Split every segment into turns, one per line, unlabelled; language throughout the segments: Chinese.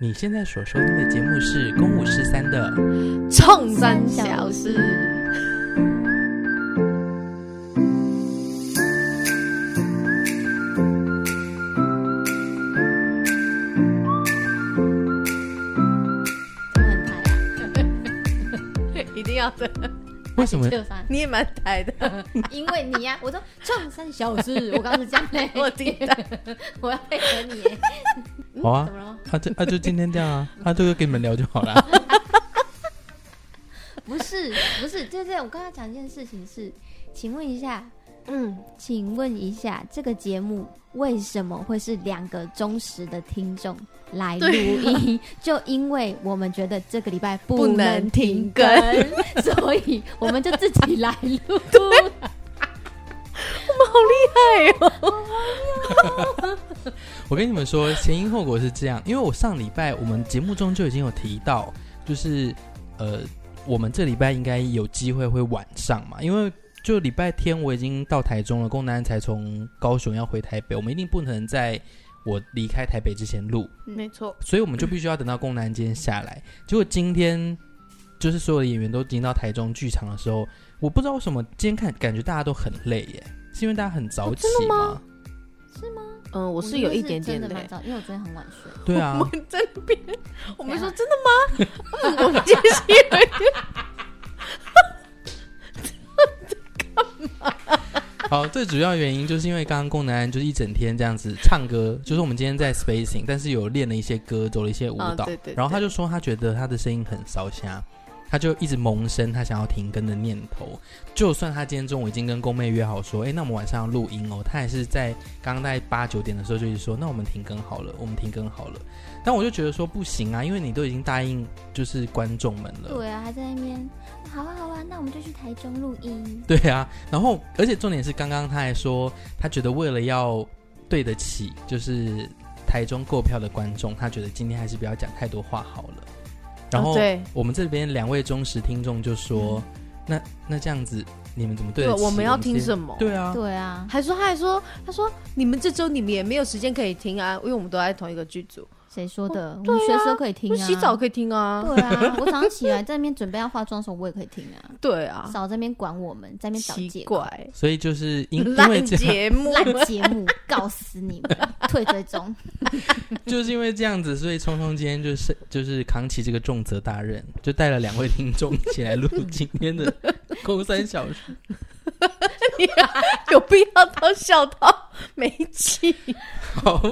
你现在所收听的节目是《公五十三》的，
冲
三
小
小
时
时。很台啊，
一定要的。
为什么？
啊六三，
你也蛮台的，
因为你呀、我说冲三小时，我刚刚是这样嘞，
我听到，
我要配合你耶，
好啊
怎么，了？
啊就啊就今天这样啊，啊就跟你们聊就好了。
不是不是，对对，我刚刚讲一件事情是，请问一下，
嗯，
请问一下，这个节目为什么会是两个忠实的听众来录音？就因为我们觉得这个礼拜
不能
啊能
停
停
更
更， 所以我们就自己来录。
我们好厉害哦！
我跟你们说，前因后果是这样，因为我上礼拜我们节目中就已经有提到，就是呃，我们这礼拜应该有机会会晚上嘛，因为就礼拜天我已经到台中了，龚南才从高雄要回台北，我们一定不能在我离开台北之前录，
没错，
所以我们就必须要等到龚南今天下来。结果今天就是所有的演员都已经到台中剧场的时候，我不知道为什么今天看感觉大家都很累耶，是因为大家很早起
哦真的吗
吗？
是吗？
嗯，我
我
是有一点点
真的
的
蛮。早，因为我昨天很晚睡。
对啊，
我们这边，我们说
怎
真的吗？嗯我们其实有一 点
好，最主要原因就是因为刚刚龚南安就是一整天这样子唱歌，就是我们今天在 spacing，但是有练了一些歌，走了一些舞
啊
蹈，
对对
然后他
对
就说他觉得他的声音很烧瞎，他就一直萌生他想要停更的念头。就算他今天中午已经跟宫妹约好说，哎，那我们晚上要录音哦，他还是在刚刚大概八九点的时候就是说，那我们停更好了，我们停更好了。但我就觉得说不行啊，因为你都已经答应就是观众们了，
对啊，还在那边。好啊好啊，那我们就去台中录 音。
对啊，然后而且重点是，刚刚他还说，他觉得为了要对得起就是台中购票的观众，他觉得今天还是不要讲太多话好了。然后
啊对
我们这边两位忠实听众就说，那那这样子你们怎么对
嗯对，
得起？
我们要听
么？
什么？
对啊，
对啊，
还说，他还说，他说你们这周你们也没有时间可以听啊，因为我们都在同一个剧组，
谁说的？我
对啊
们学生可以听
就
哦啊。
洗澡可以听啊。
对啊，我早上起来在那边准备要化妆的时候，我也可以听啊。
对 啊，
少在那边管我们，在那边找
奇
借口。
怪，
所以就是 因因为
烂
这样，
节目，
烂节目，告死你们！ 退追踪，
就是因为这样子，所以聪聪今天就是就是扛起这个重责大任，就带了两位听众一起来录今天 的公三小时。
有必要到笑到没气？
好，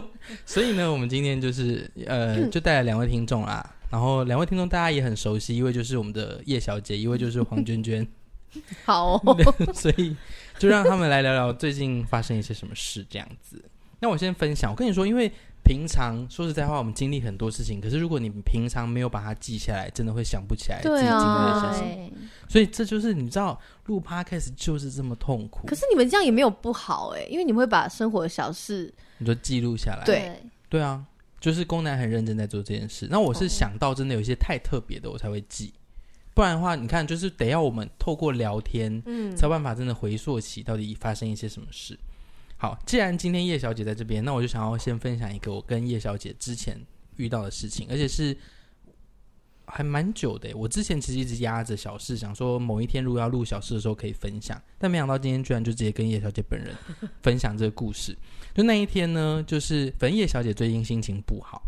所以呢，我们今天就是
嗯
呃，就带来两位听众啦。然后两位听众大家也很熟悉，一位就是我们的叶小姐，一位就是黄娟娟，
好 哦，
所以就让他们来聊聊最近发生一些什么事这样子。那我先分享，我跟你说，因为平常说实在话，我们经历很多事情，可是如果你平常没有把它记下来，真的会想不起来自己
对
经历了
啊
些什么。
对，
所以这就是你知道，录 podcast 就是这么痛苦
可，是你们这样也没有不好哎、因为你们会把生活的小事，
你就记录下来。
对
对啊，就是宫男很认真在做这件事。那我是想到真的有一些太特别的，我才会记，不然的话，你看，就是得要我们透过聊天，
嗯，
才有办法真的回溯起到底发生一些什么事。好，既然今天叶小姐在这边，那我就想要先分享一个我跟叶小姐之前遇到的事情，而且是还蛮久的耶。欸我之前其实一直压着小事，想说某一天如果要录小事的时候可以分享，但没想到今天居然就直接跟叶小姐本人 分享这个故事。就那一天呢，就是反正叶小姐最近心情不好，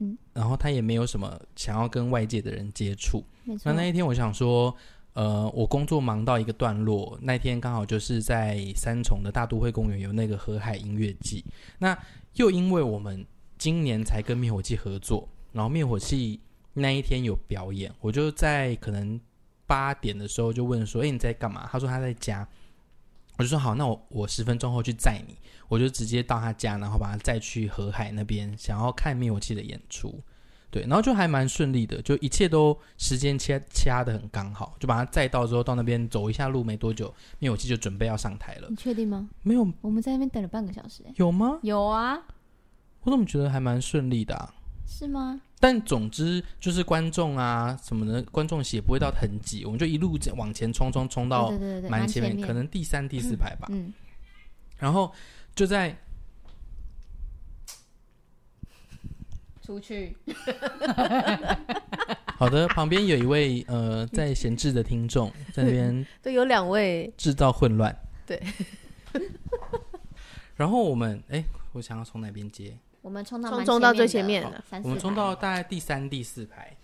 嗯，
然后她也没有什么想要跟外界的人接触，
没错
那。那一天我想说，呃，我工作忙到一个段落，那一天刚好就是在三重的大都会公园有那个河海音乐季。那又因为我们今年才跟灭火器合作，然后灭火器那一天有表演，我就在可能八点的时候就问说：“哎、你在干嘛？”他说他在家。我就说好，那我我十分钟后去载你，我就直接到他家，然后把他载去河海那边，想要看灭火器的演出。对，然后就还蛮顺利的，就一切都时间掐掐的很刚好，就把他载到之后，到那边走一下路没多久，灭火器就准备要上台了
你。确定吗？
没有
我们在那边等了半个小时、欸，
有吗？
有啊，
我怎么觉得还蛮顺利的、啊？
是吗？
但总之就是观众啊什么的，观众席也不会到很挤，我们就一路往前冲冲冲到
对对对对，
蛮
蛮
前
面，
可能第三第四排吧。
嗯，
然后就在
出去。
好 的，旁边有一位
嗯
呃在闲置的听众在那边
对，有两位
制造混乱。
对。
然后我们哎，我想要从哪边接？
我们冲到
冲
蛮
冲到最前
前
面
面
了
的，三
我们
四
冲
排
到大概第三、第四排。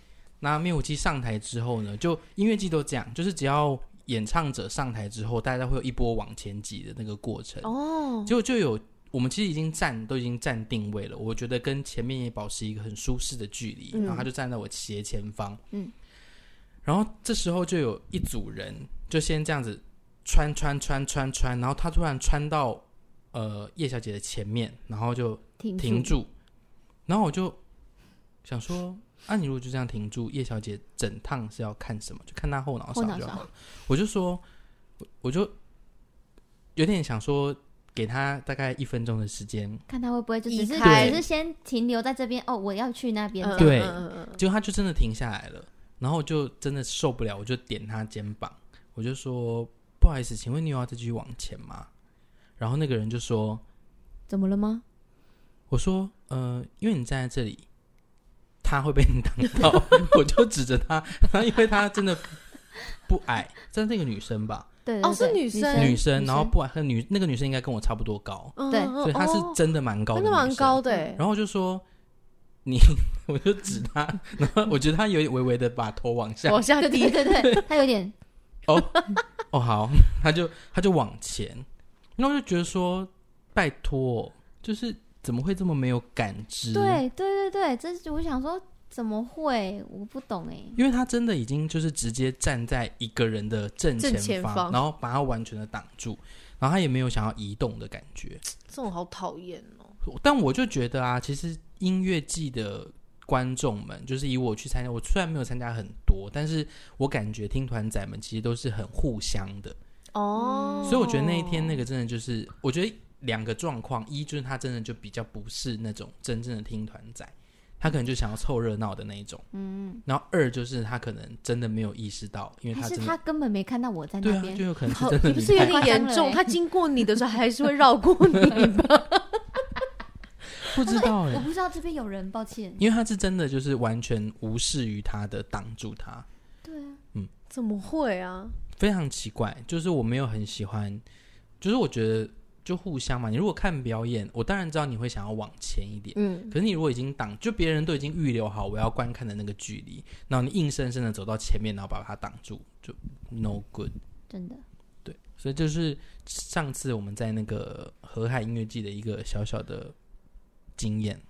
那灭火器上台之后呢，就音乐季都这样，就是只要演唱者上台之后，大家会有一波往前挤的那个过程。
哦，
结果就有我们其实已经站都已经站定位了，我觉得跟前面也保持一个很舒适的距离，
嗯
然后他就站在我斜前方，
嗯，
然后这时候就有一组人就先这样子穿穿穿穿穿，然后他突然穿到呃叶小姐的前面，然后就停
停停，
住，然后我就想说，啊，你如果就这样停住，叶小姐整趟是要看什么？就看她后脑
后
勺
脑
就
勺
好了。我就说，我我就有点想说，给她大概一分钟的时间，
看他会不会就只是
移
开
只是先停留在这边哦，我要去那边
嗯
这样。
对
嗯嗯嗯
结果她就真的停下来了，然后我就真的受不了，我就点她肩膀，我就说，不好意思，请问你有要再继续往前吗？然后那个人就说，
怎么了吗？
我说，呃，因为你站在这里，他会被你挡到， 我就指着他，然后因为他真的不矮，真是一个女生吧，
对，
哦
对
是
对
女生
女生，然后不矮，和女那个女生应该跟我差不多高，
嗯，
对
嗯
所以她是
哦
真的蛮高的，
真的蛮高。的 欸，
然后我就说你，我就指他，然后我觉得他有点微微的把头往下，
往下
对
低，
对 对对，他有点
哦好，他就他就往前，然后我就觉得说，拜托，就是怎么会这么没有感知？
对对对对，这是我想说怎么会？我不懂哎，
因为他真的已经就是直接站在一个人的正前
正前方
然后把他完全的挡住，然后他也没有想要移动的感觉。
这种好讨厌哦。
但我就觉得啊，其实音乐季的观众们，就是以我去参加，我虽然没有参加很多，但是我感觉听团仔们其实都是很互相的，
哦，
所以我觉得那一天那个真的就是，我觉得两个状况，一就是他真的就比较不是那种真正的听团仔。他可能就想要凑热闹的那一种，嗯，然后二就是他可能真的没有意识到，因为
还
他
是
真的
他根本没看到我在
对
那
啊，就
边，
有可能是
好，
真的
你不是
离
有
开。
点严重？
欸
他经过你的时候还是会绕过你 吧？
不知道哎、
我不知道这边有人，抱歉。
因为他是真的就是完全无视于他的，挡住他，
对啊，
怎么会啊？
非常奇怪。就是我没有很喜欢，就是我觉得就互相嘛。你如果看表演，我当然知道你会想要往前一点，
嗯，
可是你如果已经挡，就别人都已经预留好我要观看的那个距离，然后你硬生生的走到前面，然后把它挡住，就 no good。
真的
对，所以就是上次我们在那个河海音乐季的一个小小的经验，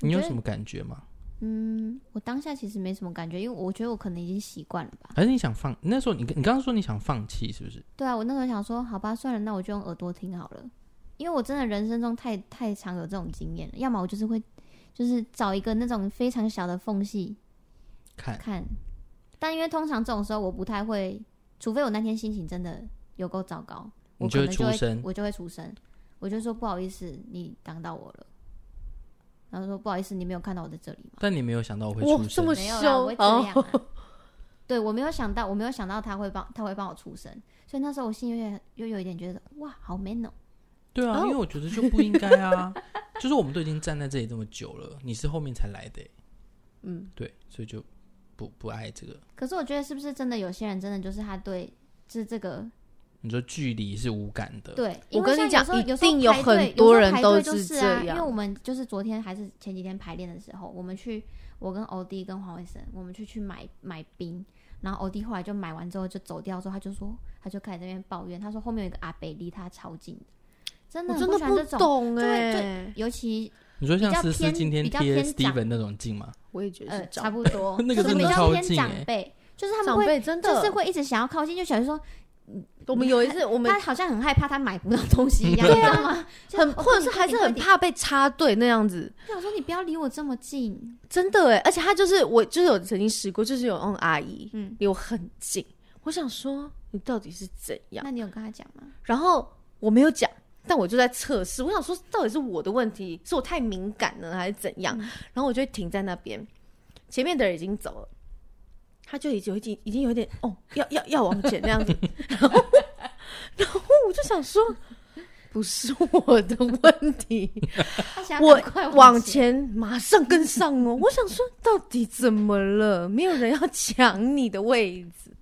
你有
我觉得
什么感觉吗？
嗯我当下其实没什么感觉，因为我觉得我可能已经习惯了吧。
还是你想放？那时候你你刚刚说你想放弃，是不是？
对啊，我那时候想说，好吧，算了，那我就用耳朵听好了，因为我真的人生中太太常有这种经验了，要么我就是会就是找一个那种非常小的缝隙
看，
看，但因为通常这种时候我不太会，除非我那天心情真的有够糟糕，
你
我
就
可
会
能就
出声
会我就会出声，我就说不好意思，你挡到我了，然后说不好意思，你没有看到我在这里吗？
但你没有想到我会
哇
出，
这
声
么。
没有啦，我
凶
会这样、啊。 对我没有想到，我没有想到他会帮他会帮我出声，所以那时候我心里有点又有一点觉得哇，好 man 哦。
对啊，
哦
因为我觉得就不应该啊， 就是我们都已经站在这里这么久了，你是后面才来的欸、
嗯，
对，所以就不不爱这个。
可是我觉得是不是真的有些人真的就是他对就是这个
你说距离是无感的，
对，
我
因为
跟你
像
讲
有时候
一
有时候
定有
排队
很
有时候
多人
排
都
队就是是啊
这样
因为我们就是昨天还是前几天排练的时候，我们去我跟欧弟跟黄伟生，我们去去买买冰，然后欧弟后来就买完之后就走掉之后，他就说他就开始在那边抱怨，他说后面有一个阿北离他超近的，真的
我
很
真的
喜欢这
不
种，
懂
就
哎、
会尤其
你说像
比较
思思
偏
今天
比较
贴
偏
Steven 那种近吗？，
我 也觉得
呃
是
差
长
不多
那个
就是
真的
比
超
较偏
近
长
欸
辈，就是他
长
们会。
辈真的
就是会一直想要靠近，就想说
我们有一次我们
他好像很害怕他买不到东西一样，
对
你
啊
知道吗？就
很
哦
或者
快
是还
点
是
快
很
点
怕被插队那样子，
我想说你不要离我这么近，
真的哎、而且他就是我就是有曾经试过，就是有那种阿姨
嗯，
离我很近，我想说你到底是怎样，
那你有跟他讲吗？
然后我没有讲。但我就在测试，我想说到底是我的问题，是我太敏感呢，还是怎样？然后我就停在那边，前面的人已经走了，他就已经有一点，已经有一点哦，要要要往前那样子。然后，然后我就想说，不是我的问题，
他想
我
要赶快
往
前，
前马上跟上 哦。我想说，到底怎么了？没有人要抢你的位置。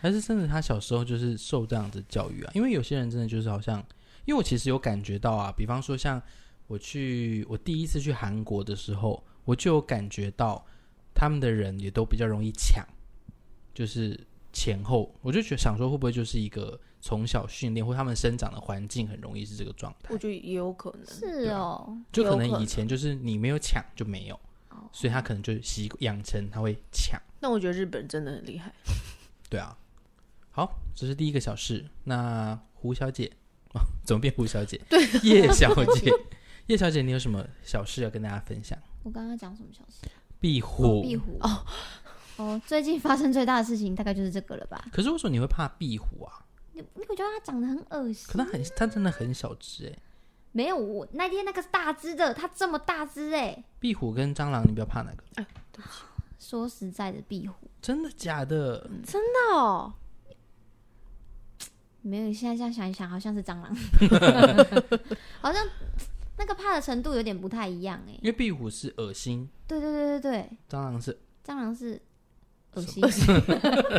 还是甚至他小时候就是受这样子教育啊？因为有些人真的就是好像，因为我其实有感觉到啊，比方说像我去我第一次去韩国的时候，我就有感觉到他们的人也都比较容易抢，就是前后，我就觉想说会不会就是一个从小训练或他们生长的环境很容易是这个状态
我，觉得也有可能，
是哦，
就可能
有可
以前就是你没有抢就没有，所以他可能就习养成他会抢。
但我觉得日本真的很厉害。
对啊，好，这是第一个小事。那胡小姐， 哦，怎么变胡小姐？对，叶小姐， 叶小姐，你有什么小事要跟大家分享？
我刚刚讲什么小事？
壁虎，
哦壁虎哦哦，最近发生最大的事情大概就是这个了吧？
可是为什么你会怕壁虎啊？
你你我觉得它长得很恶心
可，它很，它真的很小只哎、
没有我那天那个是大只的，它这么大只哎、
壁虎跟蟑螂，你比较怕哪个？
说实在的，壁虎
真的假的？
那、哦、
没有，现在这样想一想，好像是蟑 螂，好像那个怕的程度有点不太一样哎、
因为壁虎是恶心，
对对对对对，
蟑螂是
蟑螂是恶心，
恶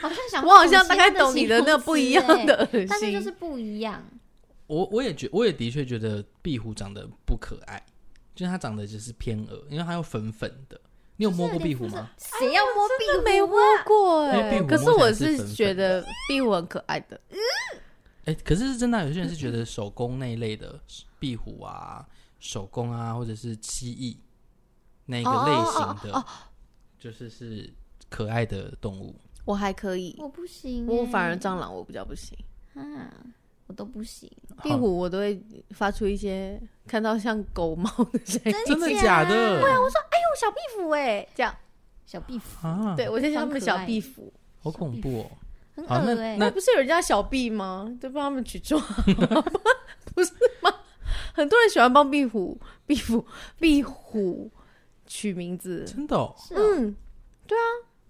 好像想
我好像大概懂你的那不一样的
的
恶 心，
形容词欸，但是就是不一样。
我我也觉，我也的确觉得壁虎长得不可爱，就是它长得就是偏恶，因为它又粉粉的。你有摸过壁虎吗？？
谁
哎
要摸壁虎、啊？
没摸过
因为
哎、
壁虎
可是我
摸起来是
是
粉粉
觉得壁虎很可爱的，
哎、可是是真的啊、有些人是觉得手工那一类的壁虎啊、手工啊，或者是蜥蜴那一个类型的，就是是可爱的动物。
我还可以，
我不行欸、
我反而蟑螂我比较不行，
啊，我都 不行。
嗯
壁虎我都会发出一些看到像狗毛的声音，
好啊真的假的？
哎呦，小壁虎哎、
这样，
小壁虎
啊，
对我就像他们
蛮可爱
小壁虎。
好恐怖哦！
很恶
好那
哎、
那
不是有人叫小壁吗？就帮他们取绰号吗， 不是吗？很多人喜欢帮壁虎、壁虎、壁虎取名字，
真的、哦，
是哦、
嗯，对啊，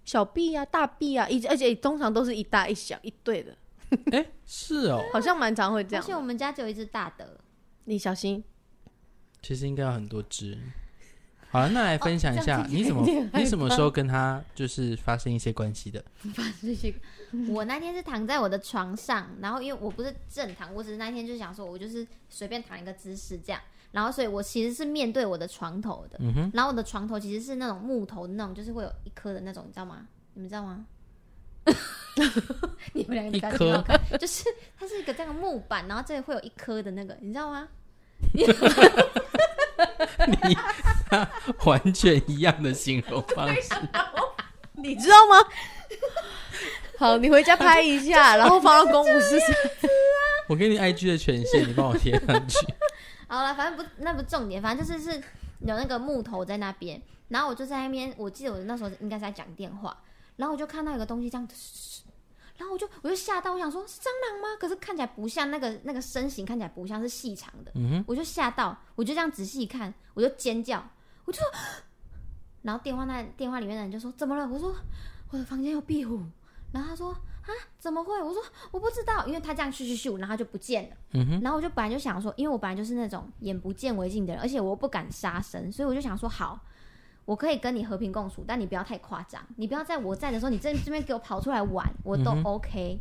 小臂啊，大臂啊，一而且通常都是一大一小一对的，
哎、是哦，
好像蛮常会这
而
样
且
的。
我们家只有一只大的，
你小心，
其实应该有很多只。好了，那来分享一下，
哦这样听
你
起
怎
来
么
有点害
你什么时候跟它就是发生一些关系的？
我那天是躺在我的床上，然后因为我不是正躺，我只是那天就想说，我就是随便躺一个姿势这样，然后所以我其实是面对我的床头的，
嗯哼，
然后我的床头其实是那种木头的那种，就是会有一颗的那种，你知道吗？你们知道吗？你们两个
一
表情
颗
好看，就是它是一个这样的木板，然后这里会有一颗的那个，你知道吗？
完全一样的形容方式。
你知道吗？好，你回家拍一 下，然后放到公五十三。
我给你 IG 的权限，你帮我贴上去。
好了，反正不那不重点，反正就是是有那个木头在那边，然后我就在那边，我记得我那时候应该是在讲电话，然后我就看到一个东西这样，然后我就我就吓到，我想说是蟑螂吗？可是看起来不像那个那个身形看起来不像是细长的，
嗯哼，
我就吓到，我就这样仔细一看，我就尖叫，我就说，然后电话那电话里面的人就说怎么了？我说我的房间有壁虎，然后他说啊怎么会？我说我不知道，因为他这样咻咻咻，然后他就不见了。
嗯哼，
然后我就本来就想说，因为我本来就是那种眼不见为净的人，而且我又不敢杀生，所以我就想说，好，我可以跟你和平共处，但你不要太夸张，你不要在我在的时候，你这这边给我跑出来玩，我都
嗯哼
OK。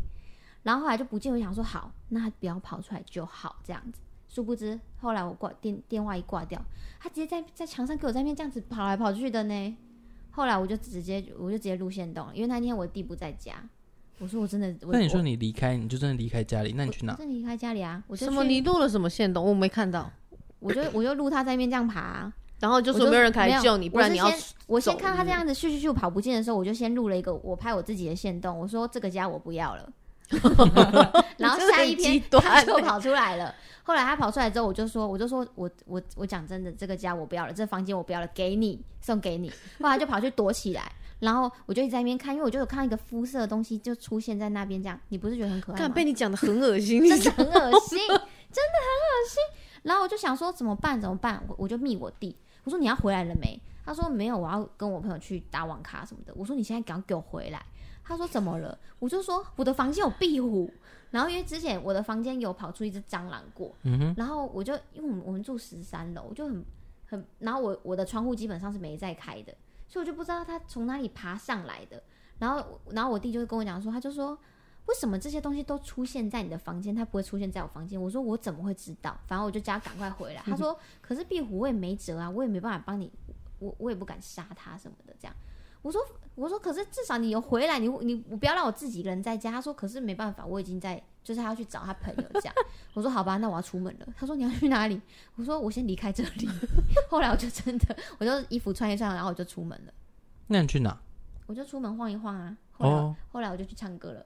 然后后来就不见，我想说好，那他不要跑出来就好，这样子。殊不知后来我挂电电话一挂掉，他直接在在墙上给我在那边这样子跑来跑去的呢。后来我就直接我就直接路线动了，因为那天我弟不在家，我说我真的， 我
那你说
我
你离开，你就真的离开家里，那你去
我
哪？
真的离开家里啊？我就
什么？
去
你录了什么线动？我没看到。
我就我就录他在那边这样爬、
然后就
我
说
就
没有人可以来
没有
救你，不然你要
我是我先
走
看他
是
这
不是
样子咻咻咻跑不见的时候，我就先录了一个我拍我自己的线动，我说这个家我不要 了。然后下一篇
你真的很极端欸
他就跑出来了。后来他跑出来之后，我就说，我就说我我我讲真的，这个家我不要了，这房间我不要了，给你送给你。后来就跑去躲起来，然后我就一直在那边看，因为我就有看到一个肤色的东西就出现在那边，这样你不是觉得很可爱
看
吗
被？你讲的很恶 心，你
真
知
的
道
很恶心，真的很恶心。然后我就想说怎么办？怎么办？我我就密我弟，我说你要回来了没？他说没有，我要跟我朋友去打网咖什么的。我说你现在赶快给我回来。他说怎么了？我就说我的房间有壁虎，然后因为之前我的房间有跑出一只蟑螂过，
嗯哼，
然后我就因为我们我们住十三楼，我就很很，然后我我的窗户基本上是没在开的，所以我就不知道它从哪里爬上来的。然后我然后我弟就跟我讲说，他就说为什么这些东西都出现在你的房间，它不会出现在我房间？我说我怎么会知道？反正我就叫他赶快回来。他说可是壁虎我也没辙啊，我也没办法帮你，我我也不敢杀它什么的这样。我说我说可是至少你有回来，你你不要让我自己一个人在家。他说可是没办法，我已经在就是他要去找他朋友这样。 我说好吧，那我要出门了。他说你要去哪里？我说我先离开这里。后来我就真的，我就衣服穿一穿，然后我就出门了，
那你去哪？
我就出门晃一晃啊。后来我、
哦，
后来我就去唱歌了。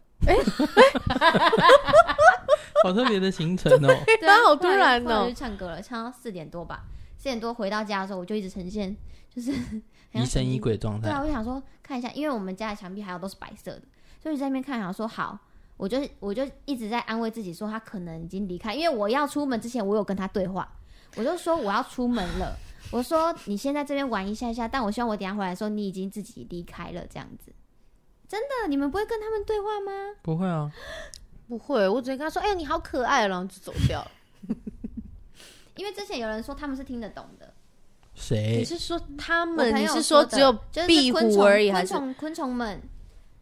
好特别的行程哦。
对啊，
好
后
突
来
然
后来
哦
我就去唱歌了，唱到四点多吧。四点多回到家的时候，我就一直呈现就是
疑神疑。鬼状
对
态
啊，，我就想说看一下，因为我们家的墙壁还有都是白色的，所以在那边看，想说好，我就我就一直在安慰自己说他可能已经离开，因为我要出门之前我有跟他对话，我就说我要出门了，我说你先在这边玩一下下，但我希望我等一下回来的时候你已经自己离开了这样子。真的，你们不会跟他们对话吗？
不会啊，
不会，我只会跟他说：“哎、呀，你好可爱。”然后就走掉 了。
因为之前有人说他们是听得懂的，
你
谁？
是说他
我
们？
朋
你
友
是
说
只有
的就是
壁
昆
虎
虫
而已，还
昆
是
虫昆虫们？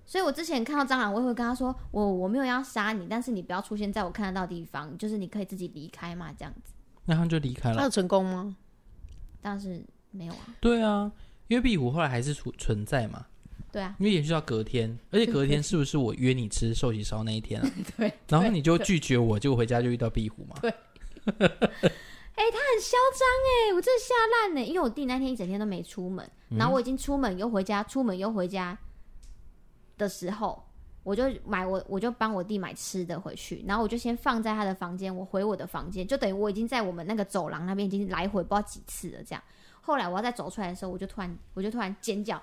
所以我之前看到蟑螂，我也会跟他说，我我没有要杀你，但是你不要出现在我看得到的地方，就是你可以自己离开嘛，这样子。
那他们就离开
他
啊
了。
有成功吗？
但是没有啊，
对啊，因为壁虎后来还是存存在嘛，
对啊，
因为延续到隔天，而且隔天是不是我约你吃寿喜烧那一天啊？对，然后你就拒绝我，结果回家就遇到壁虎嘛。
很嚣张哎，我真的吓烂呢，因为我弟那天一整天都没出门，然后我已经出门又回家，出门又回家的时候，我就买我我就帮我弟买吃的回去，然后我就先放在他的房间，我回我的房间，就等于我已经在我们那个走廊那边已经来回不知道几次了这样。后来我要再走出来的时候，我就突然我就突然尖叫，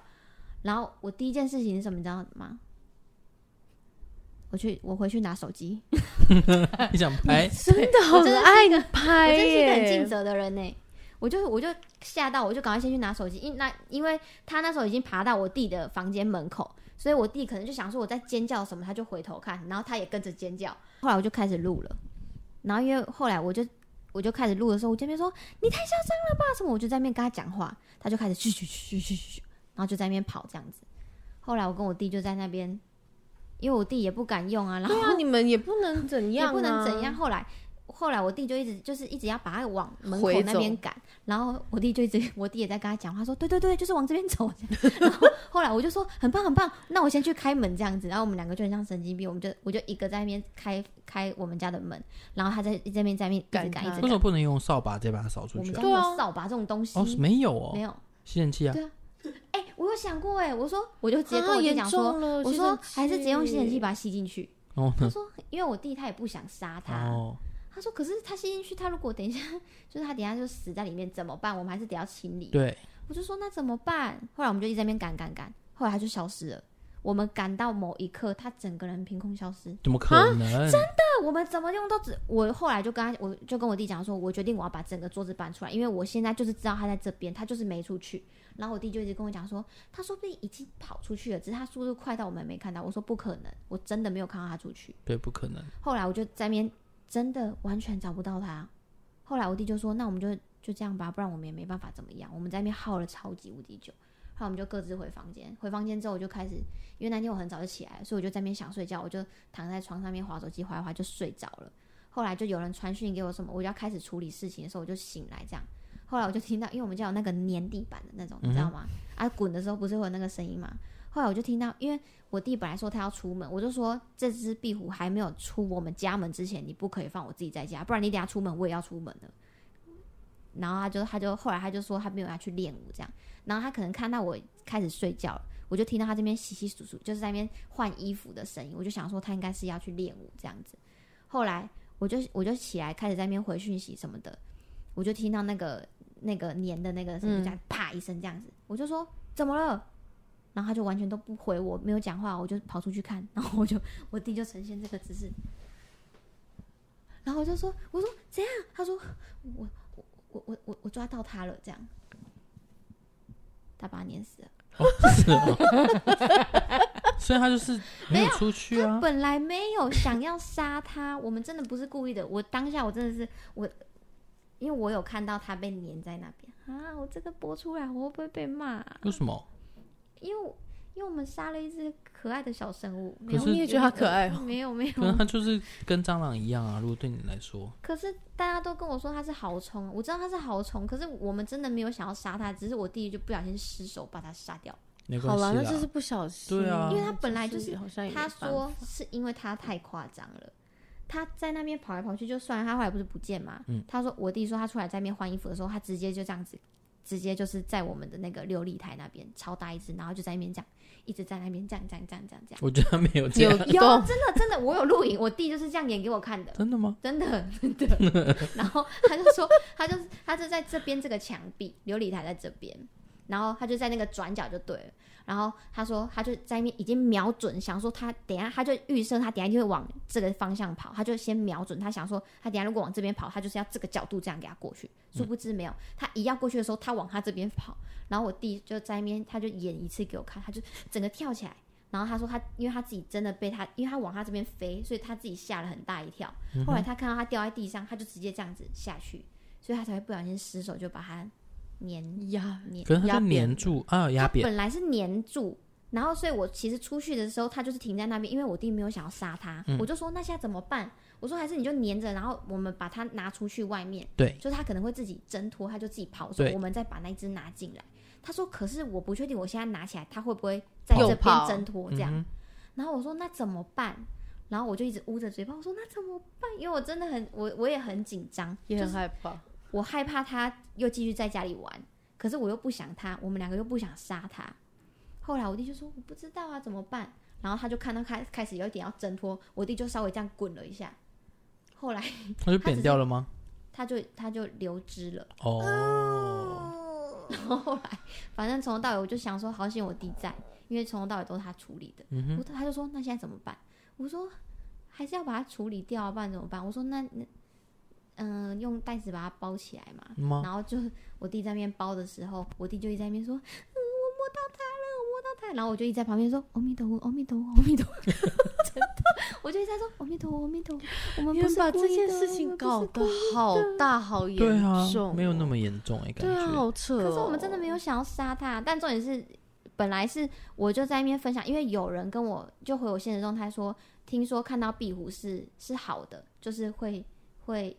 然后我第一件事情是什么，你知道吗？我去，我回去拿手机。
你想拍？
真的好
我真的是一
哦爱
个我
拍
真是一个很尽
耶！
责的人呢、我就我就吓到，我就赶快先去拿手机，因那因为他那时候已经爬到我弟的房间门口，所以我弟可能就想说我在尖叫什么，他就回头看，然后他也跟着尖叫。后来我就开始录了，然后因为后来我就我就开始录的时候，我这边说你太嚣张了吧什么，我就在那边跟他讲话，他就开始嘘嘘嘘嘘嘘，然后就在那边跑这样子。后来我跟我弟就在那边，因为我弟也不敢用啊，然后
对啊，你们也不能怎样、
也
啊，
不能怎样。。后来后来我弟就一直就是一直要把他往门口
回
那边
走
赶，然后我弟就一直我弟也在跟他讲话说对对对，就是往这边走。 这样然后后来我就说很棒很棒，那我先去开门这样子。然后我们两个就很像神经病，我们就我就一个在那边开开我们家的门，然后他在这边在那边一直
赶
赶
他
一直
为
赶
什。么不能用扫把直接把它扫
我
出
们
去
家
啊？
没
对啊
有扫把这种东西，
哦，没有
没
哦，
有。
吸尘器啊
对，哎、我有想过哎、我说我就直接跟
啊，
我弟
严
讲说，
重了！
我说还是直接用吸尘器
吧。
把它吸进去。
哦
他说，因为我弟他也不想杀他。
哦，
他说：“可是他吸进去，他如果等一下，就是他等一下就死在里面怎么办？我们还是得要清理。
对，”
我就说：“那怎么办？”后来我们就一直在那边赶赶赶，后来他就消失了。我们赶到某一刻，他整个人凭空消失。
怎么可能？
那我们怎么用都只……我后来就跟他，我就跟我弟讲说，我决定我要把整个桌子搬出来，因为我现在就是知道他在这边，他就是没出去。然后我弟就一直跟我讲说，他说不定已经跑出去了，只是他速度快到我们没看到。我说不可能，我真的没有看到他出去。
对，不可能。
后来我就在那边真的完全找不到他。后来我弟就说：“那我们就就这样吧，不然我们也没办法怎么样。”我们在那边耗了超级无敌久。后来我们就各自回房间。回房间之后，我就开始，因为那天我很早就起来了，所以我就在那边想睡觉，我就躺在床上面划手机，划一划就睡着了。后来就有人传讯给我什么，我就要开始处理事情的时候，我就醒来这样。后来我就听到，因为我们家有那个粘地板的那种，你知道吗？啊，滚的时候不是会有那个声音吗？后来我就听到，因为我弟本来说他要出门，我就说这只壁虎还没有出我们家门之前，你不可以放我自己在家，不然你等下出门我也要出门了。然后他就他就后来他就说他没有要去练舞这样，然后他可能看到我开始睡觉了，我就听到他这边洗洗簌簌，就是在那边换衣服的声音，我就想说他应该是要去练舞这样子。后来我就我就起来开始在那边回讯息什么的，我就听到那个那个粘的那个声音，就这样啪一声这样子，我就说怎么了？然后他就完全都不回我，没有讲话，我就跑出去看，然后我就我弟就呈现这个姿势，然后我就说我说怎样？他说我我我我我抓到他了这样，他把他碾死了。
哦， 是哦，所以他就是没有出去啊，
本来没有想要杀他，我们真的不是故意的。我当下我真的是我，因为我有看到他被粘在那边啊，我这个播出来我会不会被骂啊、
为什么？
因为我因为我们杀了一只可爱的小生物，
可
没有
是
你也觉得它可爱哦
没有没有，
可能他就是跟蟑螂一样啊。如果对你来说，
可是大家都跟我说它是豪虫，我知道它是豪虫，可是我们真的没有想要杀它，只是我弟弟就不小心失手把它杀掉。
没关
好
系
啦，
啦，
那就是不小心，
对啊因为
他本来就是
好像也没
他
办法
说是因为他太夸张了，他在那边跑来跑去就算了，他后来不是不见嘛？
嗯
他说我弟说他出来在那边换衣服的时候，他直接就这样子，直接就是在我们的那个琉璃台那边超大一只，然后就在那边这样，一直在那边这样这样这样这样这样。
我觉得没有这
有
样，
有
动，
真的真的，我有录影，我弟就是这样演给我看的。
真的吗？
真的真的。 然后他就说，他就他就在这边这个墙壁，琉璃台在这边，然后他就在那个转角就对了。然后他说，他就在那边已经瞄准，想说他等一下他就预设他等一下就会往这个方向跑，他就先瞄准，他想说他等一下如果往这边跑，他就是要这个角度这样给他过去。殊不知没有，他一要过去的时候，他往他这边跑，然后我弟就在那边，他就演一次给我看，他就整个跳起来。然后他说他，因为他自己真的被他，因为他往他这边飞，所以他自己吓了很大一跳。后来他看到他掉在地上，他就直接这样子下去，所以他才会不小心失手就把它粘
呀，
粘。
可是他
压
就
扁
黏住啊，
他
压扁
本来是粘住，然后所以我其实出去的时候，他就是停在那边，因为我弟没有想要杀他，
嗯
我就说那现在怎么办？我说还是你就粘着，然后我们把它拿出去外面，
对，
就是他可能会自己挣脱，他就自己跑走
对，
我们再把那一只拿进来。他说可是我不确定我现在拿起来，他会不会在
又
这边
跑
挣脱这样。
嗯哼
然后我说那怎么办？然后我就一直捂着嘴巴，我说那怎么办？因为我真的很我我也很紧张，
也
就
很
是
害怕，
我害怕他又继续在家里玩，可是我又不想他，我们两个又不想杀他。后来我弟就说我不知道啊，怎么办？然后他就看到开开始有一点要挣脱，我弟就稍微这样滚了一下，后来
他就扁掉了吗？
他就他就流汁了。
啊
哦，
然后后来，反正从头到尾我就想说，好险我弟在，因为从头到尾都是他处理的。
嗯哼
我他就说那现在怎么办？我说还是要把它处理掉啊，不然怎么办？我说那那嗯、用袋子把它包起来嘛。
吗？
然后就我弟在那边包的时候，我弟就一直在那边说，嗯，我摸到它了，我摸到它了。然后我就一直在旁边说，阿弥陀佛，阿弥陀佛，阿弥陀佛。 真的，我就一直在说阿弥陀佛，阿弥陀佛。我们
你
不
们
是
把
故
这
意
件
的
事
我
情
们不
搞
是
得好大好严
对啊
重哦，，
没有那么严重哎，感
对啊，
觉
好扯哦。
可是我们真的没有想要杀他，但重点是，本来是我就在那边分享，因为有人跟我就回我现实动态说，听说看到壁虎是是好的，就是会会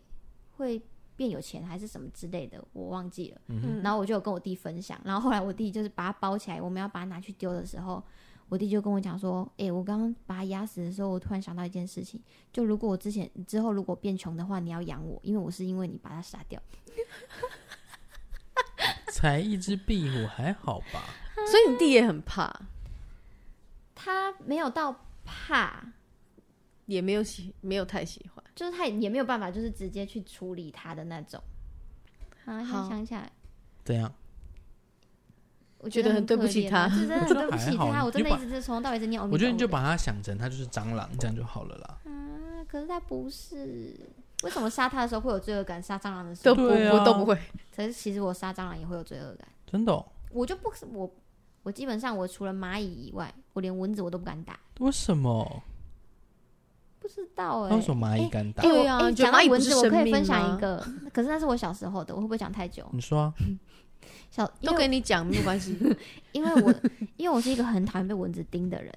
会变有钱还是什么之类的，我忘记了。
嗯，
然后我就有跟我弟分享，然后后来我弟就是把它包起来，我们要把它拿去丢的时候，我弟就跟我讲说：“诶、我刚刚把它压死的时候，我突然想到一件事情，就如果我之前之后如果变穷的话，你要养我，因为我是因为你把它杀掉。”
才一只壁虎还好吧？
所以你弟也很怕，
他没有到怕，
也没有喜，没有太喜欢。
就是他也没有办法，就是直接去处理他的那种。啊，现在
好
想起来，
怎样？
我
觉
觉
得很对不
可
起
怜
他
啊就真
我
的很
觉得
对不
还
起
好
他，
你
我真的
把
一直是从头到尾一直
哦
念阿弥
我觉得你
陀
就
佛
把它想成它就是蟑螂，这样就好了啦。
啊，可是他不是。为什么杀他的时候会有罪恶感？杀蟑螂的时
都
候，
不、
对啊
我都不会，
可是其实我杀蟑螂也会有罪恶感。
真的哦？
我就不我我基本上我除了蚂蚁以外，我连蚊子我都不敢打。
为什么？
不知道哎、
那为什么蚂蚁敢打
哎？
对啊
我哎
你觉得
讲到
蚂蚁不
蚊
是
子，我
生
可以
命
分享
吗
一个，可是那是我小时候的，我会不会讲太久？
你说啊？
小因
都
为
跟你讲没有关系。
因为我因为我是一个很讨厌被蚊子叮的人，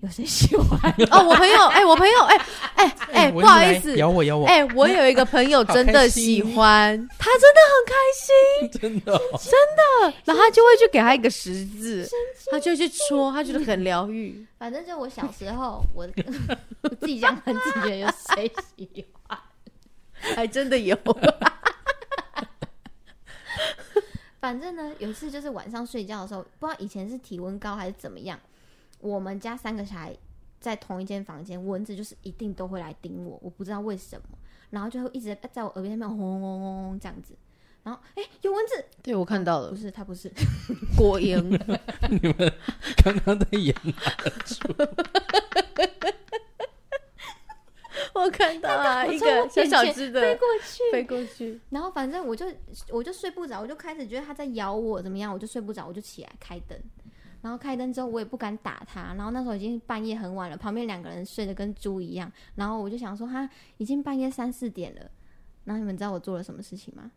有谁喜欢？
哦，我朋友，哎，我朋友，哎，哎，哎，
蚊
不
子
好
来
意思，
咬我咬我！
哎，我有一个朋友真
好开
的
心
喜欢，他真的很开心，
真的哦？
然后他就会去给他一个十字，他就会去戳，他觉得很疗愈。
反正就我小时候，我我自己讲很自觉，有谁喜欢？
还真的有，
反正呢，有一次就是晚上睡觉的时候，不知道以前是体温高还是怎么样，我们家三个小孩在同一间房间，蚊子就是一定都会来叮我，我不知道为什么，然后就会一直在我耳边那边轰轰轰轰轰这样子，然后哎、有蚊子，
对我看到了
不，是它不是，
果蝇，
你们刚刚在演哪出？
我看的一
从我
个小
眼
小
前
只
飞
的
过去，
飞过去，
然后反正我就我就睡不着，我就开始觉得他在咬我怎么样，我就睡不着，我就起来开灯。然后开灯之后，我也不敢打他。然后那时候已经半夜很晚了，旁边两个人睡得跟猪一样。然后我就想说，哈，已经半夜三四点了。然后你们知道我做了什么事情吗？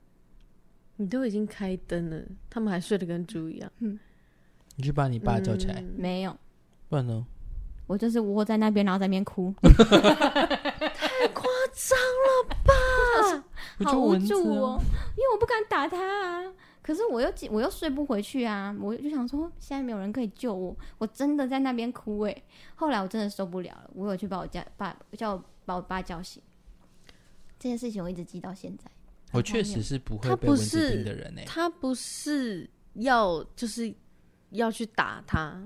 你都已经开灯了，他们还睡得跟猪一样。
你去把你爸叫起来，
嗯
没有，
不然呢？
我就是窝在那边，然后在那边哭，
不
好
就
无
蚊子
助
啊
哦，因为我不敢打他啊。可是我又记我又睡不回去啊，我就想说现在没有人可以救我，我真的在那边哭诶、后来我真的受不了了，我有去把我家把叫我把我爸叫醒。这件事情我一直记到现在。
我确实是不会
他
被
不
蚊子
是
叮的人欸诶、
他不是要就是要去打他，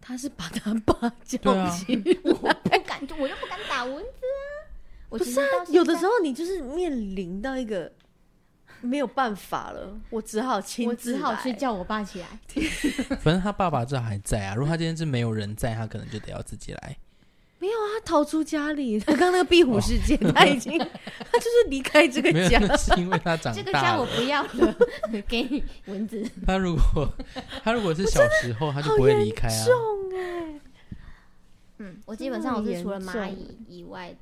他是把他爸
对
叫
啊
醒。
我不敢，我又不敢打蚊子啊。我
不
其
是
实
啊
到，现
有的
在
时候你就是面临到一个没有办法了，我只好亲
我
自
只好
来
去叫我爸起来。
反正他爸爸至少还在啊。如果他今天是没有人在，他可能就得要自己来。
他逃出家里。他刚刚那个壁虎事件，他已经他就是离开这 个
没有，
家。
那是因为他长
这个
大
家
了。
我不要了，给你蚊子。
他如果 他如果是小时候，他就不会离开啊。
欸
嗯，我
真
基本
的
上我
很
是
严
除了蚂
重
蚁以外，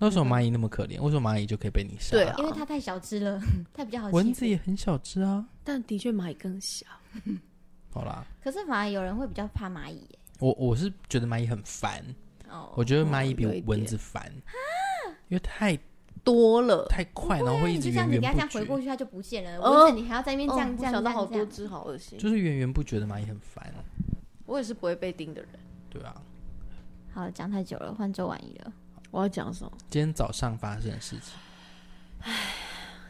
为什么蚂蚁那么可怜？为什么蚂蚁就可以被你杀？
对啊
因为它太小只了，它比较好欺负。
蚊子也很小只啊。
但的确蚂蚁更小，
好啦，
可是反而有人会比较怕蚂蚁耶。
我我是觉得蚂蚁很烦，
哦，
我觉得蚂蚁比
有一点啊
蚊子烦，因为太
多了。
太快，然后
那
会一
你
直
就这样，
源
你给它这
源
样
不
回过
绝。
去，它就不见了。
哦
蚊子你还要在那边这
哦
样
我
这
想
样，
到
这样
好
这
多
样
只，好恶心。
就是源源不绝的蚂蚁很烦，
我也是不会被叮的人。
对啊。
好了，讲太久了，换周婉仪了。
我要讲什么？
今天早上发生的事情，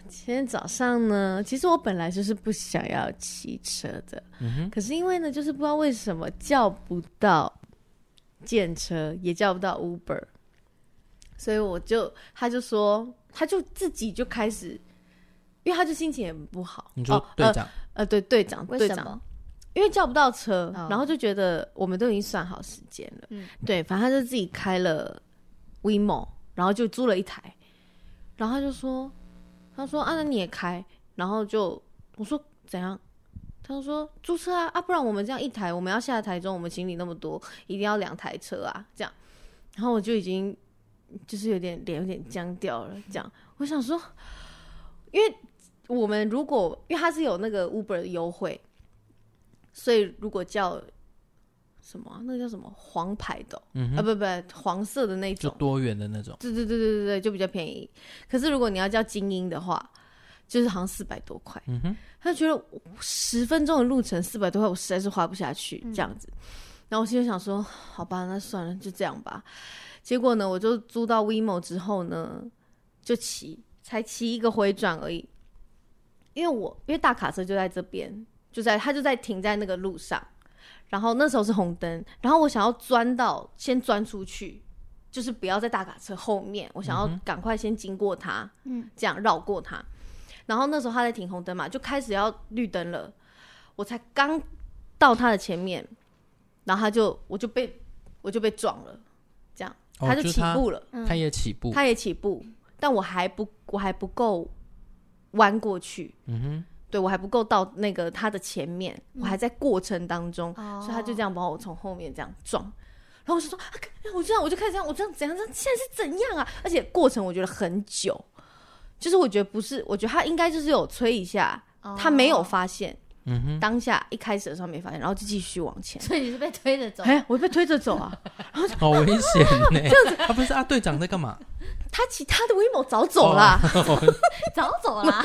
今天早上呢，其实我本来就是不想要骑车的，
嗯
可是因为呢，就是不知道为什么叫不到电车，也叫不到 Uber，所以我就他就说，他就自己就开始，因为他就心情也不好。
你说
哦、
队
呃
长，
呃对队长
为
队
什
长
么？
因为叫不到车，
哦
然后就觉得我们都已经算好时间了，
嗯
对，反正他就自己开了 WeMo，然后就租了一台，然后他就说，他说啊，那你也开，然后就我说怎样？他就说租车啊，啊，不然我们这样一台，我们要下台中，我们行李那么多，一定要两台车啊，这样，然后我就已经就是有点脸有点僵掉了，这样，我想说，因为我们如果因为他是有那个 Uber 的优惠，所以如果叫什么啊、那个叫什么黄牌的哦、
嗯
啊，
哼，
不不，黄色的那
就
种，
多元的那种，
对对对对对对，就比较便宜。可是如果你要叫精英的话，就是好像四百多块。
嗯哼，
他觉得十分钟的路程四百多块，我实在是花不下去这样子。然后我心里想说，好吧，那算了，就这样吧。结果呢，我就租到 WeMo 之后呢，就骑，才骑一个回转而已。因为我因为大卡车就在这边，就在它就在停在那个路上，然后那时候是红灯，然后我想要钻到先钻出去，就是不要在大卡车后面，我想
嗯
要赶快先经过它，
嗯，
这样绕过它。然后那时候他在停红灯嘛，就开始要绿灯了，我才刚到他的前面，然后他就我就被我就被撞了，这样、
哦
他
就
起
他
步了，
嗯
他也起 步，
他也起步，但我还不我还不够弯过去，
嗯哼，
对我还不够到那个他的前面，我还在过程当中，
哦
所以他就这样把我从后面这样撞。然后我就说，啊、我就这样，我就开始这样，我这样怎样，这样现在是怎样啊？而且过程我觉得很久，就是我觉得不是，我觉得他应该就是有催一下，
哦
他没有，发现，
嗯哼，
当下一开始的时候没发现，然后就继续往 前。
哦所以你是被推着走。
哎，我被推着走啊！
好危险呢。这样子，啊，不是啊，队长在干嘛？
他其他的 WeMo 早走了啊，
早走 啦！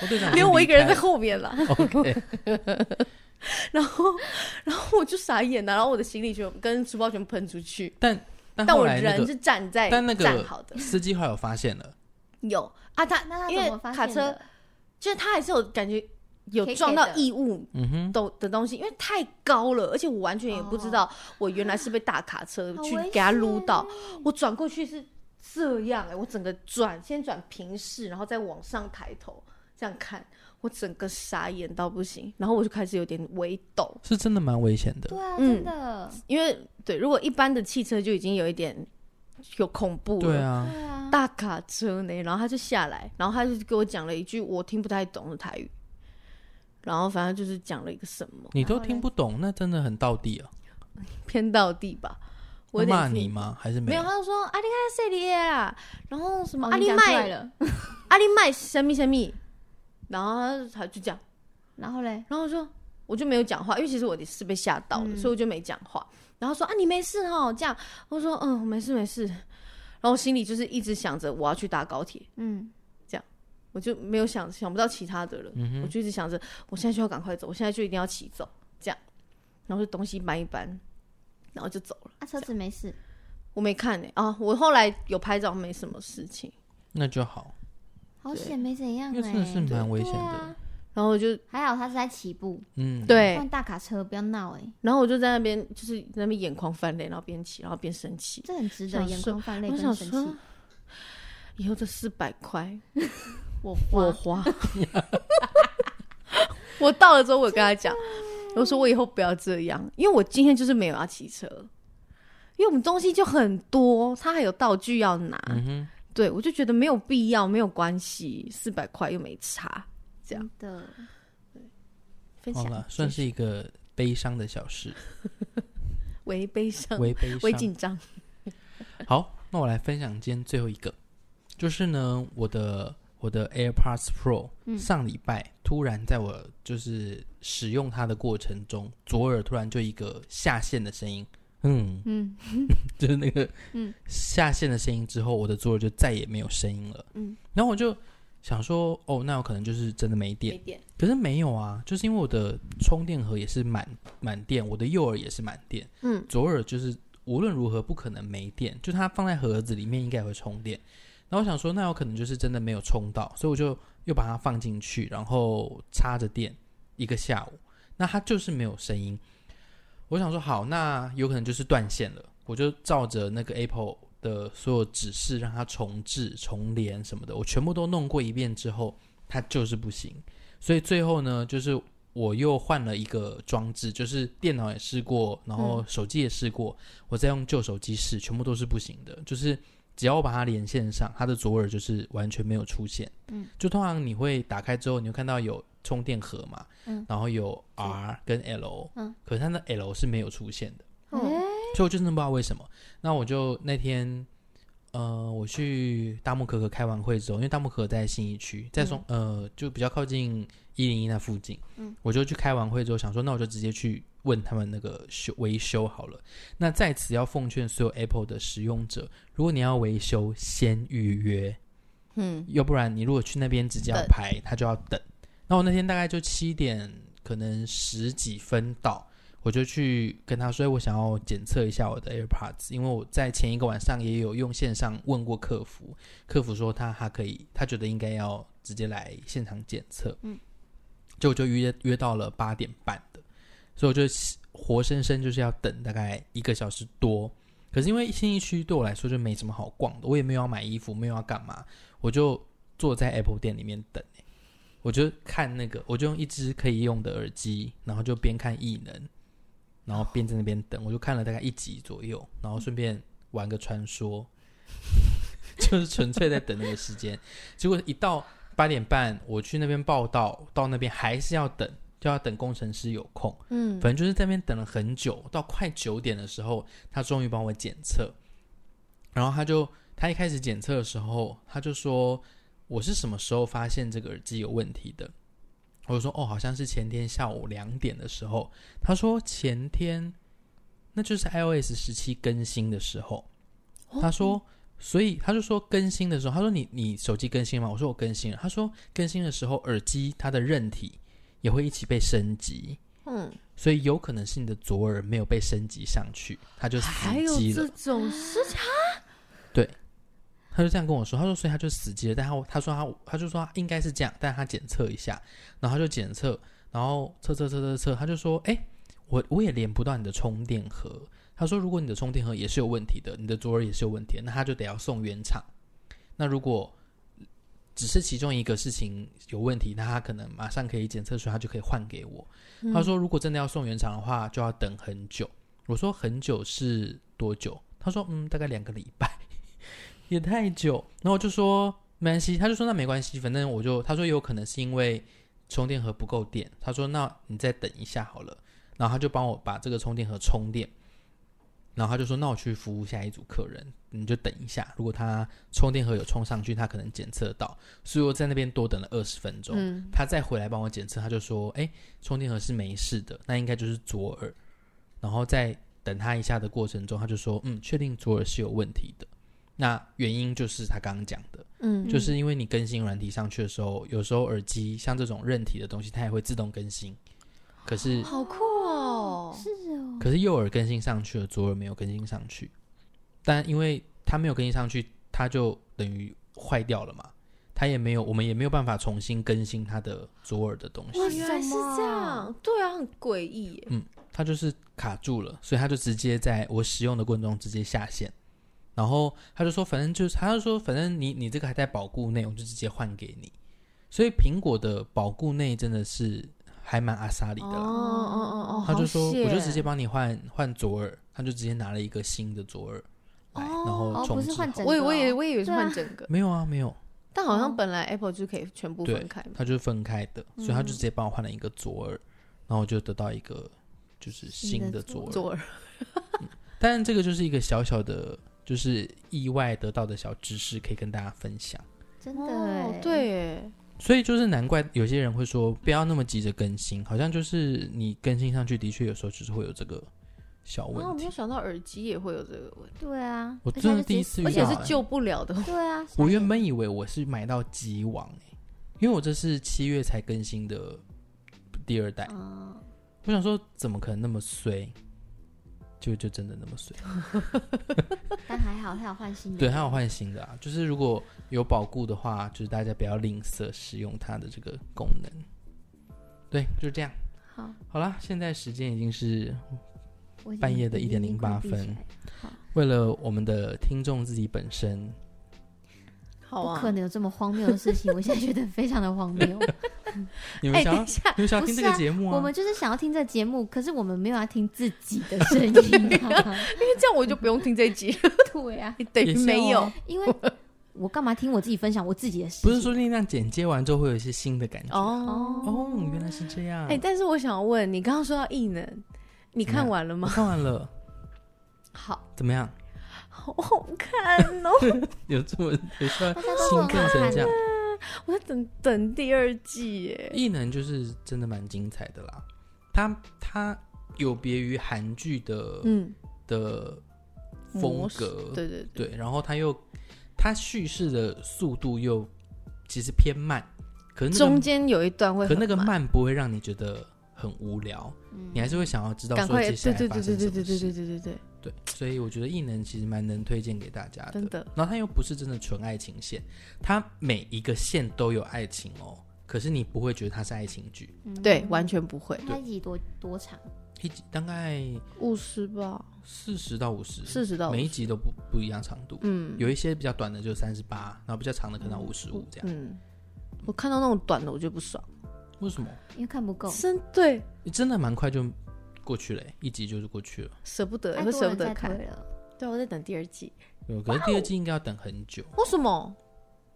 哦，队 长已经
留、我一个人在
离
后面了。
开了 OK，
然后，然后我就傻眼了，然后我的行李全部跟书包全部喷出去，
但但
但
后
我
来那
人
个
是站在
但那个
站好的。
司机后来有发现了，
有啊，他
那他
因
怎
为
么发
卡
现
车
的？
就是他还是有感觉有
K K
撞到
的
异物
嗯哼，
都的东西，因为太高了，而且我完全也不知道我原来是被大卡车
好
去
危
给他
险
撸到，我转过去是这样哎、我整个转先转平视，然后再往上抬头这样看，我整个傻眼到不行，然后我就开始有点微抖，
是真的蛮危险的
对。啊，
嗯
真的。
因为对，如果一般的汽车就已经有一点有恐怖
对
了
啊，
对啊，
大卡车呢，然后他就下来，然后他就给我讲了一句我听不太懂的台语，然后反正就是讲了一个什么
你都听不懂，那真的很到底啊。
偏到地吧，我有点
骂
听
你吗？还是
没有，啊
有？
他就说阿里卡塞里啊，然后什么
哦
阿
你
里
讲出来
麦
了，
阿里麦什么什么，然后他就他就这样，
然后嘞，
然后我说我就没有讲话，因为其实我也是被吓到了，
嗯
所以我就没讲话。然后说啊你没事哦，这样，我说嗯没事没事，然后我心里就是一直想着我要去搭高铁，
嗯，
我就没有想想不到其他的了，
嗯
我就一直想着我现在就要赶快走，我现在就一定要骑走，这样，然后就东西搬一搬，然后就走了。
啊，车子没事，
我没看呢、啊，我后来有拍照，没什么事情。
那就好，
好
对
险没怎样
因
哎，
为真的是蛮危险
对
的
啊。
然后我就
还好他是在起步，
嗯，，
对，
换大卡车不要闹哎、
然后我就在那边就是在那边眼眶泛泪，然后边骑，然后边生气。
这很值得
想
眼
说
眶泛泪
我
跟
想
生
说
气。，
以后这四百块
我
我花。我到了之后，我有跟他讲，我说我以后不要这样，因为我今天就是没有要骑车，因为我们东西就很多，他还有道具要拿，
嗯哼，
对我就觉得没有必要，没有关系，四百块又没差。这样
真的
分
好
享
了，算是一个悲伤的小 事，
为悲伤，
微悲
为
伤。
紧张，
好，那我来分享今天最后一个，就是呢，我的我的 AirPods Pro、上礼拜突然在我就是使用它的过程中，左耳突然就一个下线的声音，嗯嗯， 就是那个嗯下线的声音之后，我的左耳就再也没有声音了，嗯，然后我就想说，哦，那有可能就是真的没电
没，点
可是没有啊，就是因为我的充电盒也是满满电，我的右耳也是满电，
嗯，
左耳就是无论如何不可能没电，就它放在盒子里面应该也会充电。然后我想说，那有可能就是真的没有充到，所以我就又把它放进去，然后插着电一个下午，那它就是没有声音。我想说，好，那有可能就是断线了，我就照着那个 Apple 的所有指示让它重置、重连什么的，我全部都弄过一遍之后，它就是不行。所以最后呢，就是我又换了一个装置，就是电脑也试过，然后手机也试过，我再用旧手机试，全部都是不行的。就是只要我把它连线上，它的左耳就是完全没有出现。嗯，就通常你会打开之后，你会看到有充电盒嘛，
嗯
然后有 R 跟 L，
嗯，
可是它的 L 是没有出现的。
嗯
哎
所以我就真的不知道为什么。那我就那天，呃，我去大木可可开完会之后，因为大木可可在信义区，在松、
嗯
呃就比较靠近一零一那附近，嗯，我就去开完会之后想说，那我就直接去问他们那个修维修好了。那在此要奉劝所有 Apple 的使用者，如果你要维修，先预约，
嗯，
要不然你如果去那边直接要
等
排，他就要等。那我那天大概就七点可能十几分到，我就去跟他说，哎我想要检测一下我的 AirPods，因为我在前一个晚上也有用线上问过客服，客服说他他可以，他觉得应该要直接来现场检测，嗯，就我就约约到了八点半的，所以我就活生生就是要等大概一个小时多。可是因为新一区对我来说就没什么好逛的，我也没有要买衣服，没有要干嘛，我就坐在 Apple 店里面等、欸、我就看那个，我就用一只可以用的耳机，然后就边看异能，然后边在那边等，我就看了大概一集左右，然后顺便玩个传说， 就是纯粹在等那个时间。结果一到八点半，我去那边报道，到那边还是要等，就要等工程师有空。
嗯，
反正就是在那边等了很久，到快九点的时候，他终于帮我检测。然后他就他一开始检测的时候，他就说我是什么时候发现这个耳机有问题的？我就说哦，好像是前天下午两点的时候。他说前天，那就是 iOS 十七更新的时候。
哦
他说，所以他就说更新的时候，他说你你手机更新吗？我说我更新了。他说更新的时候，耳机它的韧体也会一起被升级。
嗯，
所以有可能是你的左耳没有被升级上去，它就死
还有
机
这
了。
种事情，
他就这样跟我说，他说，所以他就死机了。但他他说他他就说他应该是这样，但他检测一下，然后他就检测，然后测测测测测，他就说，哎、我我也连不到你的充电盒。他说，如果你的充电盒也是有问题的，你的左耳也是有问题的，那他就得要送原厂。那如果只是其中一个事情有问题，那他可能马上可以检测出来，他就可以换给我。他说如果真的要送原厂的话，就要等很久。我说很久是多久？他说嗯，大概两个礼拜。 也太久。然后我就说没关系，他就说那没关系，反正我就他说有可能是因为充电盒不够电，他说那你再等一下好了。然后他就帮我把这个充电盒充电，然后他就说那我去服务下一组客人，你就等一下，如果他充电盒有充上去，他可能检测到，所以我在那边多等了二十分钟。
嗯，
他再回来帮我检测，他就说：“哎、充电盒是没事的，那应该就是左耳。”然后在等他一下的过程中，他就说：“嗯，确定左耳是有问题的。那原因就是他刚刚讲的，
嗯
就是因为你更新软体上去的时候，有时候耳机像这种韧体的东西，它也会自动更新。可是，
好酷哦，
是哦，
可是右耳更新上去了，左耳没有更新上去。但因为它没有更新上去，它就等于坏掉了嘛。”它也没有，我们也没有办法重新更新它的左耳的东西。
哇，原来是这样，对啊，很诡异耶，
它就是卡住了，所以他就直接在我使用的过程中直接下线。然后他就说，反正就是，他就说，反正你你这个还在保固内，我就直接换给你。所以苹果的保固内真的是还蛮阿莎里的
哦
啦。
哦哦哦，
他就说
好，险
我就直接，帮你换换左耳，他就直接拿了一个新的左耳来，
哦
然后
哦，
重
不是
置
换
好。
整个
我以
哦，
我以我以为是换整个，哦
没有啊，没有，
但好像本来 Apple 就可以全部
对
分开，嘛，
他就是分开的，所以他就直接帮我换了一个左耳，然后我就得到一个就是
新的
新的
左
左耳。
左耳，
但这个就是一个小小的，就是意外得到的小知识，可以跟大家分享。
真的
哦
欸，
对耶，
所以就是难怪有些人会说不要那么急着更新，好像就是你更新上去的确有时候就是会有这个小
然啊后我
问
哦没
题。
有想到耳机也会有这个问题，
对啊，
我
而且
真的
它就直
第一
接
次遇
而
到
且
欸
是救不了的，
对啊，傻
我
眼
原本以为我是买到机王、欸、因为我这是七月才更新的第二代，
哦
嗯，
我想说怎么可能那么衰，就就真的那么衰。
但还好他有换新的，
对，还有换新的啊，就是如果有保固的话，就是大家不要吝啬使用它的这个功能。对，就是这样。
好，
好啦，现在时间已经是
我已经
半夜的
眼睛
1:08
闭起来
分
了，好
为了我们的听众自己本身，
好
不
啊
可，能有这么荒谬的 事情，我现在觉得非常的荒谬。
你们
哎，
想
等
要、
一下，
你们想要
不
听
是
这个
啊
节目
我
啊？
们就是想要听这节目，可是我们没有要听自己的声音 啊。
因为这样我就不用听这一集，
对啊，
等
也
于
是
没有
哦，
因为我干嘛听我自己分享我自己的事情？
不是说那样剪接完之后会有一些新的感觉。
哦。
哦，原来是这样。
哎，但是我想问，你刚刚说到异能，你
怎么样
看完了
我
吗？
看完了，
好，
怎么样？嗯
好好看哦！
有这么有需 要
大家都
兴
很
奋成这样？
我要等等第二季耶。
异能就是真的蛮精彩的啦，它它有别于韩剧的、
嗯，
的风
模式
格，
对对对，
呃对，然后他又他叙事的速度又其实偏慢，可是那个
中间有一段会
可
很
那个
慢，嗯
慢不会让你觉得很无聊，你还是会想要知道
赶
说
快
接下来
对对
发
对
生
对
什
对
么
对对对
事。
对对对，
对，所以我觉得异能其实蛮能推荐给大家的。
真的
然后它又不是真的纯爱情线，它每一个线都有爱情哦，可是你不会觉得它是爱情剧。
对，完全不会，
它一集多多长？
一集大概
五十吧，
四十到五十，
四十到
每一集都不不一样长度。
嗯
有一些比较短的就三十八，然后比较长的可能五十五这样。
嗯，我看到那种短的我就不爽，
为什么？
因为看不够，
真对
你真的蛮快就过去了欸，一集就是过去了。
舍不得，
太
会
多
舍不
人
得
在
看
推。了。
对，我在等第二季，
有，可是第二季应该要等很久，
为什么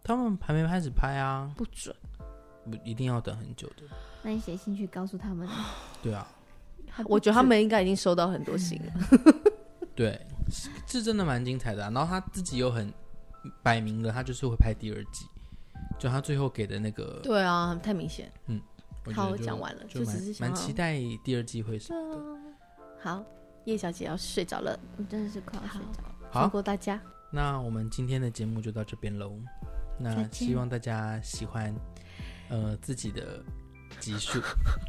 他们还没开始拍啊，
不准？
不一定要等很久的。
那你写信去告诉他们，
对啊，
我觉得他们应该已经收到很多信了，
对，是是真的蛮精彩的、啊。然后他自己又很摆明了，他就是会拍第二季，就他最后给的那个，
对啊，太明显。
我
好，
觉
我
得就
讲完了，
就
只
蛮
是想
蛮
要嗯
期待第二季会是
对啊，
好。叶小姐要睡着了，
我真的是快要睡着了。
好
放。过 大家，
那我们今天的节目就到这边喽。
再
那
见
希望大家喜欢，呃，自己的集数，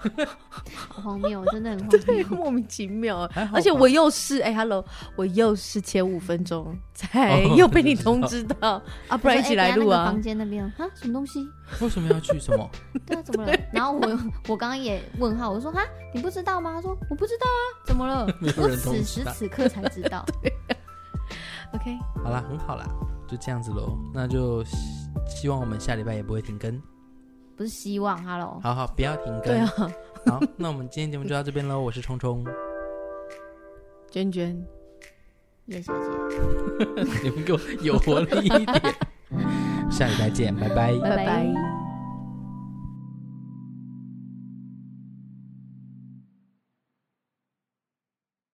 好荒谬，真的很荒
对，
谬。
莫名其妙。
嗯
啊
还好
而且
吧
我又是哎、h e l l o 我又是前五分钟才
哦
又被你通知到、 啊， 不然一起来录
我说
啊
哎等下那个房。间那边哈，什么东西？
为什么要去什么？
对啊，怎么了？ 然后我我刚刚也问号，我说哈，啊你不知道吗？他说我不知道啊，怎么了
没？有
我
人通知
此时
他
此刻才知道。
OK，
好啦，很好啦，就这样子喽。那就希希望我们下礼拜也不会停更。
不是希望，Hello，
好好，不要停更。
对啊，
好， 那我们今天节目就到这边喽。我是冲冲，
娟娟，
叶小姐，
你们给我有活力一点。下礼拜见，拜拜。
拜拜
拜